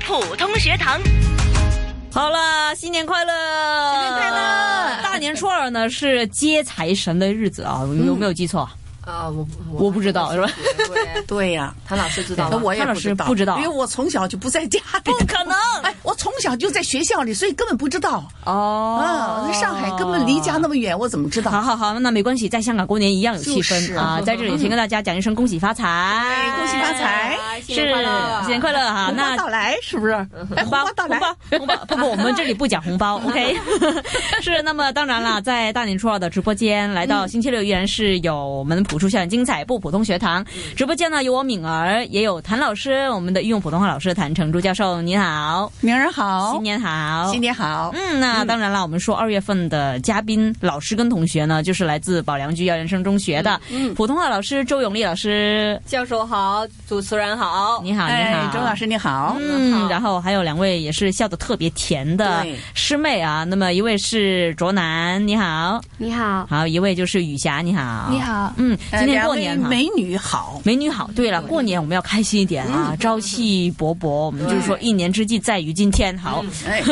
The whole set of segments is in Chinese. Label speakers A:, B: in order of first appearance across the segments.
A: 普通学堂。
B: 好了，新年快乐！新
C: 年快乐
B: 大年初二呢是接财神的日子啊，
D: 嗯
B: 有没有记错？
C: 啊，我
B: 我不知道是吧？
C: 对，
D: 对呀、
C: 谭老师知道
D: 那
C: 吗？
D: 我也
B: 潘老
D: 不
B: 师
D: 知道，
B: 不知道
D: 因为我从小就不在家里。
B: 不可能
D: 哎，我从小就在学校里，所以根本不知道
B: 哦
D: 啊。我在上海根本离家那么远，我怎么知道？
B: 好好好，那没关系，在香港过年一样有气氛、
D: 啊就是
B: 啊！在 这里先跟大家讲一声恭喜发财，
D: 恭喜发财
B: 是新年快乐哈！
D: 红包
B: 哎那嗯
D: 到来是不是？
B: 红
D: 哎，红
B: 包
D: 包到来，
B: 红包，不不，我们这里不讲红 包，OK？是，那么当然了，在大年初二的直播间，来
D: 嗯
B: 到星期六依然是有我们普出校园精彩不普通学
D: 嗯
B: 堂直播间呢，有我敏儿，也有谭老师，我们的御用普通话老师谭成珠教授，您好，
D: 明儿好，
B: 新年好，
D: 哦新年好，
B: 嗯，那当然了，我们说二月份的嘉宾老师跟同学呢，就是来自保良区幼儿园生中学的、
D: 嗯
B: 普通话老师周永利老师，
C: 教授好，主持人好，
B: 你好，你
D: 哎
B: 好，，
D: 周老。师你好，
B: 嗯，然后还有两位也是笑得特别甜的
D: 对
B: 师妹啊，那么一位是卓楠，你好，
E: 你好，
B: 好，一位就是雨霞，你好，
E: 你，好，
B: 嗯，
D: 呃
B: 今天
D: 两
B: 过
D: 位
B: 年哈。
D: 美女好，
B: 美女好，对了，过年我们要开心一点啊，朝气勃勃。我们就是说，一年之计在于今天。好，
D: 哎，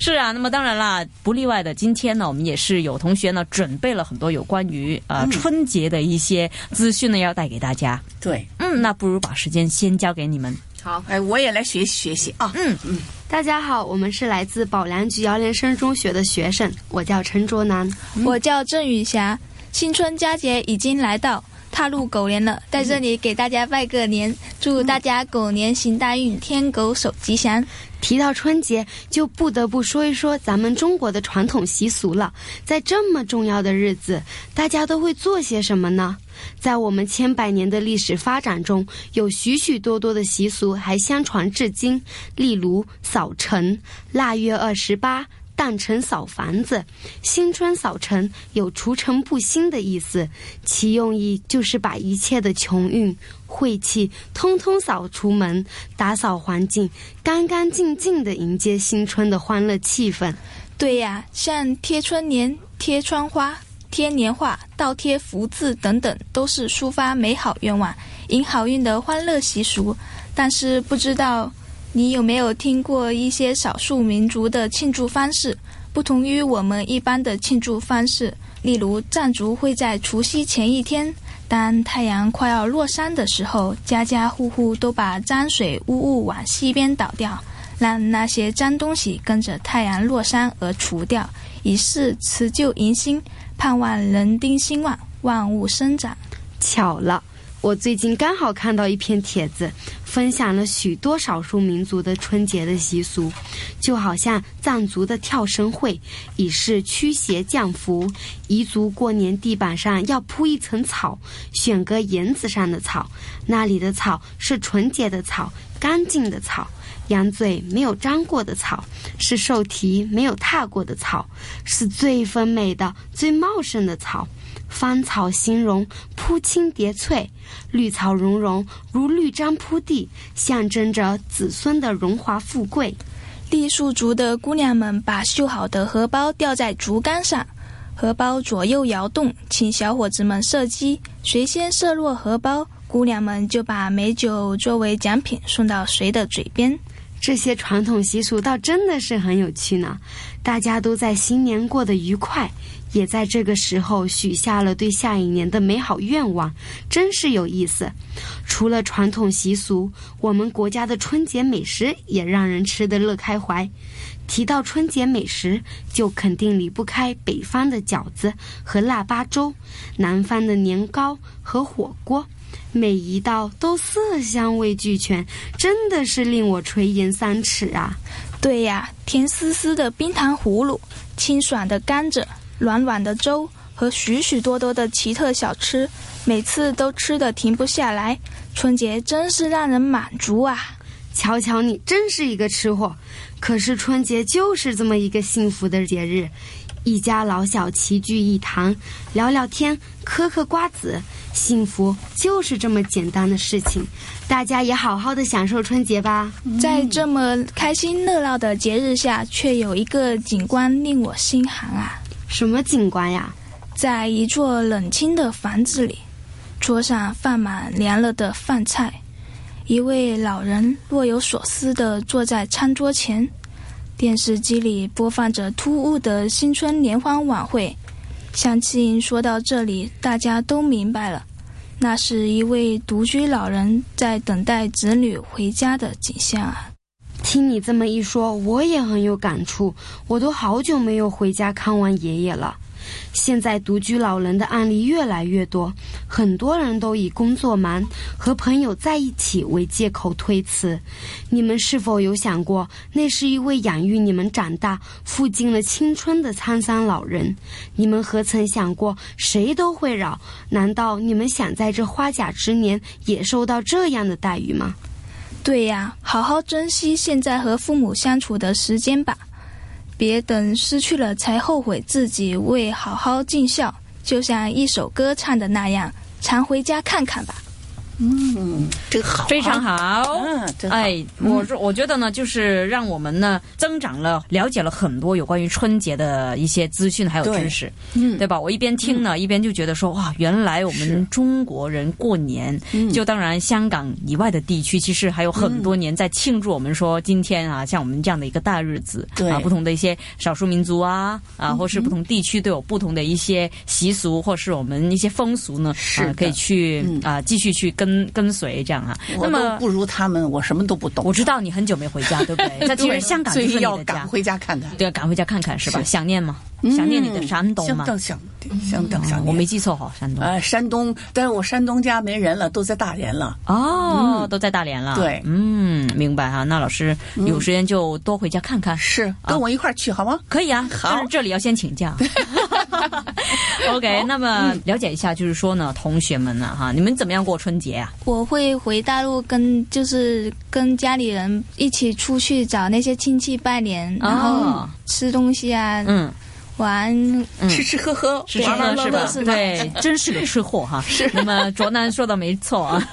B: 是啊，那么当然啦，不例外的。今天呢，我们也是有同学呢准备了很多有关于呃、春节的一些资讯呢，要带给大家。
D: 对，
B: 嗯，那不如把时间先交给你们。
C: 好，
D: 哎，我也来学习学习啊。
B: 嗯，
E: 大家好，我们是来自宝良局姚连生中学的学生，我叫陈卓南。
F: 我叫郑雨霞，新春佳节已经来到，踏入狗年了，在这里给大家拜个年，祝大家狗年行大运，天狗手吉祥。
E: 提到春节，就不得不说一说咱们中国的传统习俗了。在这么重要的日子，大家都会做些什么呢？在我们千百年的历史发展中，有许许多多的习俗还相传至今，例如扫尘、腊月二十八、诞辰扫房子、新春扫尘，有除尘布新的意思，其用意就是把一切的穷运、晦气通通扫出门，打扫环境，干干净净的迎接新春的欢乐气氛。
F: 对呀，像贴春联、贴窗花、贴年画、倒贴福字等等，都是抒发美好愿望、迎好运的欢乐习俗。但是不知道你有没有听过一些少数民族的庆祝方式，不同于我们一般的庆祝方式。例如，藏族会在除夕前一天，当太阳快要落山的时候，家家户户都把脏水污物往西边倒掉。让那些脏东西跟着太阳落山而除掉，以示辞旧迎新，盼望人丁兴旺，万物生长。
E: 巧了，我最近刚好看到一篇帖子，分享了许多少数民族的春节的习俗，就好像藏族的跳绳会，以示驱邪降福；彝族过年地板上要铺一层草，选个园子上的草，那里的草是纯洁的草，干净的草。羊嘴没有沾过的草，是兽蹄没有踏过的草，是最丰美的、最茂盛的草。芳草形容，铺青叠翠；绿草茸茸，如绿毡铺地，象征着子孙的荣华富贵。
F: 傈僳族的姑娘们把绣好的荷包吊在竹竿上，荷包左右摇动，请小伙子们射击，谁先射落荷包，姑娘们就把美酒作为奖品送到谁的嘴边。
E: 这些传统习俗倒真的是很有趣呢。大家都在新年过得愉快，也在这个时候许下了对下一年的美好愿望，真是有意思。除了传统习俗，我们国家的春节美食也让人吃得乐开怀。提到春节美食，就肯定离不开北方的饺子和腊八粥，南方的年糕和火锅。每一道都色香味俱全，真的是令我垂涎三尺啊！
F: 对呀，甜丝丝的冰糖葫芦，清爽的甘蔗，软软的粥和许许多多的奇特小吃，每次都吃的停不下来。春节真是让人满足啊！
E: 瞧瞧你，真是一个吃货。可是春节就是这么一个幸福的节日，一家老小齐聚一堂，聊聊天，嗑嗑瓜子，幸福就是这么简单的事情。大家也好好的享受春节吧。
F: 在这么开心热闹的节日下，却有一个景观令我心寒啊！
E: 什么景观呀？
F: 在一座冷清的房子里，桌上放满凉了的饭菜，一位老人若有所思地坐在餐桌前，电视机里播放着突兀的新春联欢晚会。相信说到这里，大家都明白了，那是一位独居老人在等待子女回家的景象啊！
E: 听你这么一说，我也很有感触。我都好久没有回家看望爷爷了。现在独居老人的案例越来越多，很多人都以工作忙、和朋友在一起为借口推辞。你们是否有想过，那是一位养育你们长大、付尽了青春的沧桑老人？你们何曾想过，谁都会扰？难道你们想在这花甲之年也受到这样的待遇吗？
F: 对呀，好好珍惜现在和父母相处的时间吧，别等失去了才后悔自己未好好尽孝。就像一首歌唱的那样，常回家看看吧。
D: 嗯，真好啊，
B: 非常好。
D: 嗯，真好。
B: 哎，我说我觉得呢，就是让我们呢增长了，了解了很多有关于春节的一些资讯还有
D: 对
B: 知识，
D: 嗯
B: 对吧？我一边听呢，一边就觉得说，哇，原来我
D: 是
B: 们中国人过年，
D: 嗯
B: 就当然香港以外的地区，其实还有很多年在庆祝我们说今天啊，像我们这样的一个大日子，
D: 嗯对嗯
B: 啊，不同的一些少数民族啊，啊，或是不同地区都有不同的一些习俗，或是我们一些风俗呢，
D: 是
B: 啊
D: 的，
B: 可以去
D: 嗯
B: 啊继续去跟跟随这样啊。
D: 我
B: 那么
D: 都不如他们，我什么都不懂。
B: 我知道你很久没回家，对不对？那其实
D: 对
B: 香港就
D: 所
B: 是你
D: 以要
B: 的
D: 赶
B: 家，
D: 回家看看，
B: 对，赶回家看看是吧？
D: 是
B: 想念嘛，想念你的山东嘛
D: 相。当想，相当
B: 啊
D: 想念。
B: 我没记错哈，山东
D: 呃，山东，但是我山东家没人了，都在大连了。
B: 哦，都在大连了。
D: 对嗯
B: 嗯，明白哈。那老师有时间就多回家看看。
D: 是，跟我一块儿去好吗？
B: 可以啊，
D: 好
B: 但是这里要先请 假。OK，那么了解一下，就是说呢，同学们呢，哈，你们怎么样过春节啊？
F: 我会回大陆跟就是跟家里人一起出去找那些亲戚拜年，
B: 哦
F: 然后吃东西啊，
B: 嗯，
F: 玩
B: 嗯
D: 吃吃喝喝，
B: 吃吃
D: 玩玩
B: 喝
D: 乐
B: 是吧
D: 乐，？
B: 对，真是个吃货哈。是。那么卓南说的没错啊。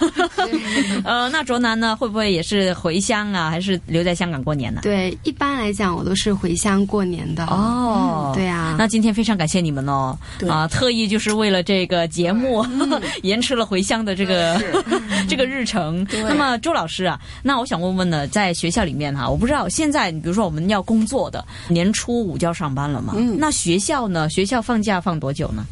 B: 呃，那卓南呢，会不会也是回乡啊，还是留在香港过年呢？
E: 对，一般来讲我都是回乡过年的。
B: 哦，
E: 对啊，
B: 那今天非常感谢你们哦，
D: 对
B: 啊，特意就是为了这个节目、 延迟了回乡的这个 这个日程。那么周老师啊，那我想问问呢，在学校里面哈、我不知道现在，比如说我们要工作的，年初五就要上班了嘛，
D: 嗯
B: 那学校呢？学校放假放多久呢？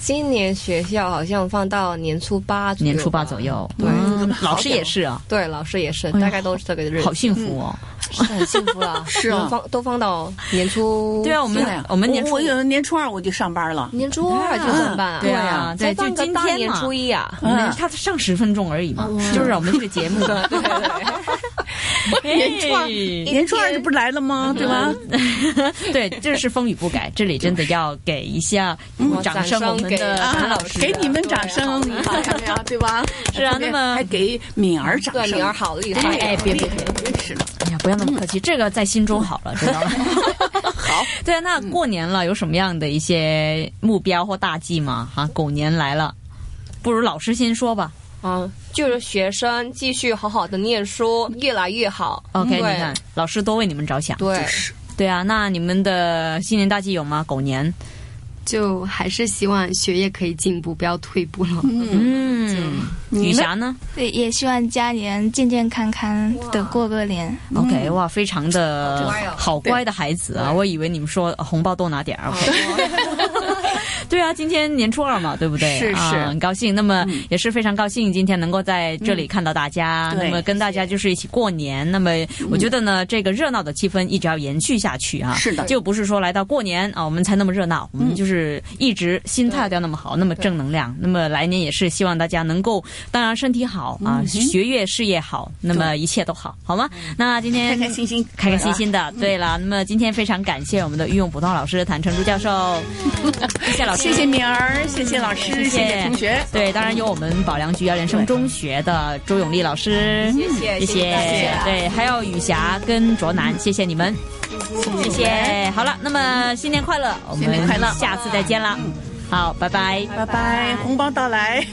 C: 今年学校好像放到年初八左右吧，
B: 年初八左右，
C: 对
B: 嗯
D: 好
B: 老师也是啊，
C: 对，老师也是，
B: 哎呀
C: 大概都是这个日子，
B: 好幸福哦。
C: 是很幸福 啦。
D: 是啊
C: 能放都放到年初，
B: 对啊，我们
D: 对呀
B: 我们年初嗯
D: 我有年初二我就上班了。
C: 年初二就上班啊，
B: 对啊，对，
C: 才
B: 就
C: 放个
B: 今
C: 大
B: 天
C: 年
B: 嘛
C: 初。一啊。
B: 嗯，它上十分钟而已嘛，就是我们这个节目。
C: 对对对。
B: 年
D: 初二年初二这不是来了
B: 嗯
D: 吗？对吧？
B: 对，这是风雨不改，这里真的要给一下掌声，我们的哎
C: 掌声
B: 谭嗯老师啊
D: 啊给你们掌声，
C: 对啊好厉害
D: 看到没有？对吧？
B: 是啊
D: 特别
B: 那么
D: 还给敏儿掌
C: 对，
D: 声，
C: 女儿好厉害！
B: 哎别别别，
D: 真是的。
B: 哎呀，不要那么客气，这个在心中好了，知道吗？好， 对啊，那过年了，有什么样的一些目标或大计吗？哈，狗年来了，不如老师先说吧。
C: 啊，就是学生继续好好的念书，越来越好。
B: OK，你
C: 嗯对
B: 看，老师多为你们着想。
C: 对，
B: 对啊，那你们的新年大计有吗？狗年，
E: 就还是希望学业可以进步，不要退步了。
B: 嗯，
D: 呢
B: 雨霞呢？
F: 对，也希望家里人健健康康的过个年。
B: OK，哇，非常的
C: 乖哦
B: 好乖的孩子啊！我以为你们说呃红包多拿点儿。 对啊，今天年初二嘛，对不对？
D: 是
B: 啊
D: 是
B: 很高兴。那么也是非常高兴今天能够在这里看到大家，
D: 嗯
B: 那
D: 对
B: 么跟大家就是一起过年。那么我觉得呢，这个热闹的气氛一直要延续下去啊。
D: 是的
B: 就不是说来到过年啊，我们才那么热闹，我
D: 嗯
B: 们就是一直心态都要那么好，那么正能量。那么来年也是希望大家能够，当然身体好
D: 嗯
B: 啊，学业事业好，那么一切都好，好吗？那今天
D: 开开心嗯心，
B: 开开心心的。对了，那么今天非常感谢我们的御用普通话老师谭成珠教授，谢谢老师，
D: 谢谢敏儿，谢谢老师，谢谢同学。
B: 对，当然有我们保良局姚连生中学的周永利老师，
C: 谢谢谢
B: 谢
C: 谢大家
B: 对，还有雨霞跟卓南，谢谢你们，谢谢。好了，那么新年快乐，我
D: 新
B: 们
D: 年快乐
B: 下次再见了。好，拜拜
D: 拜拜，红包到来。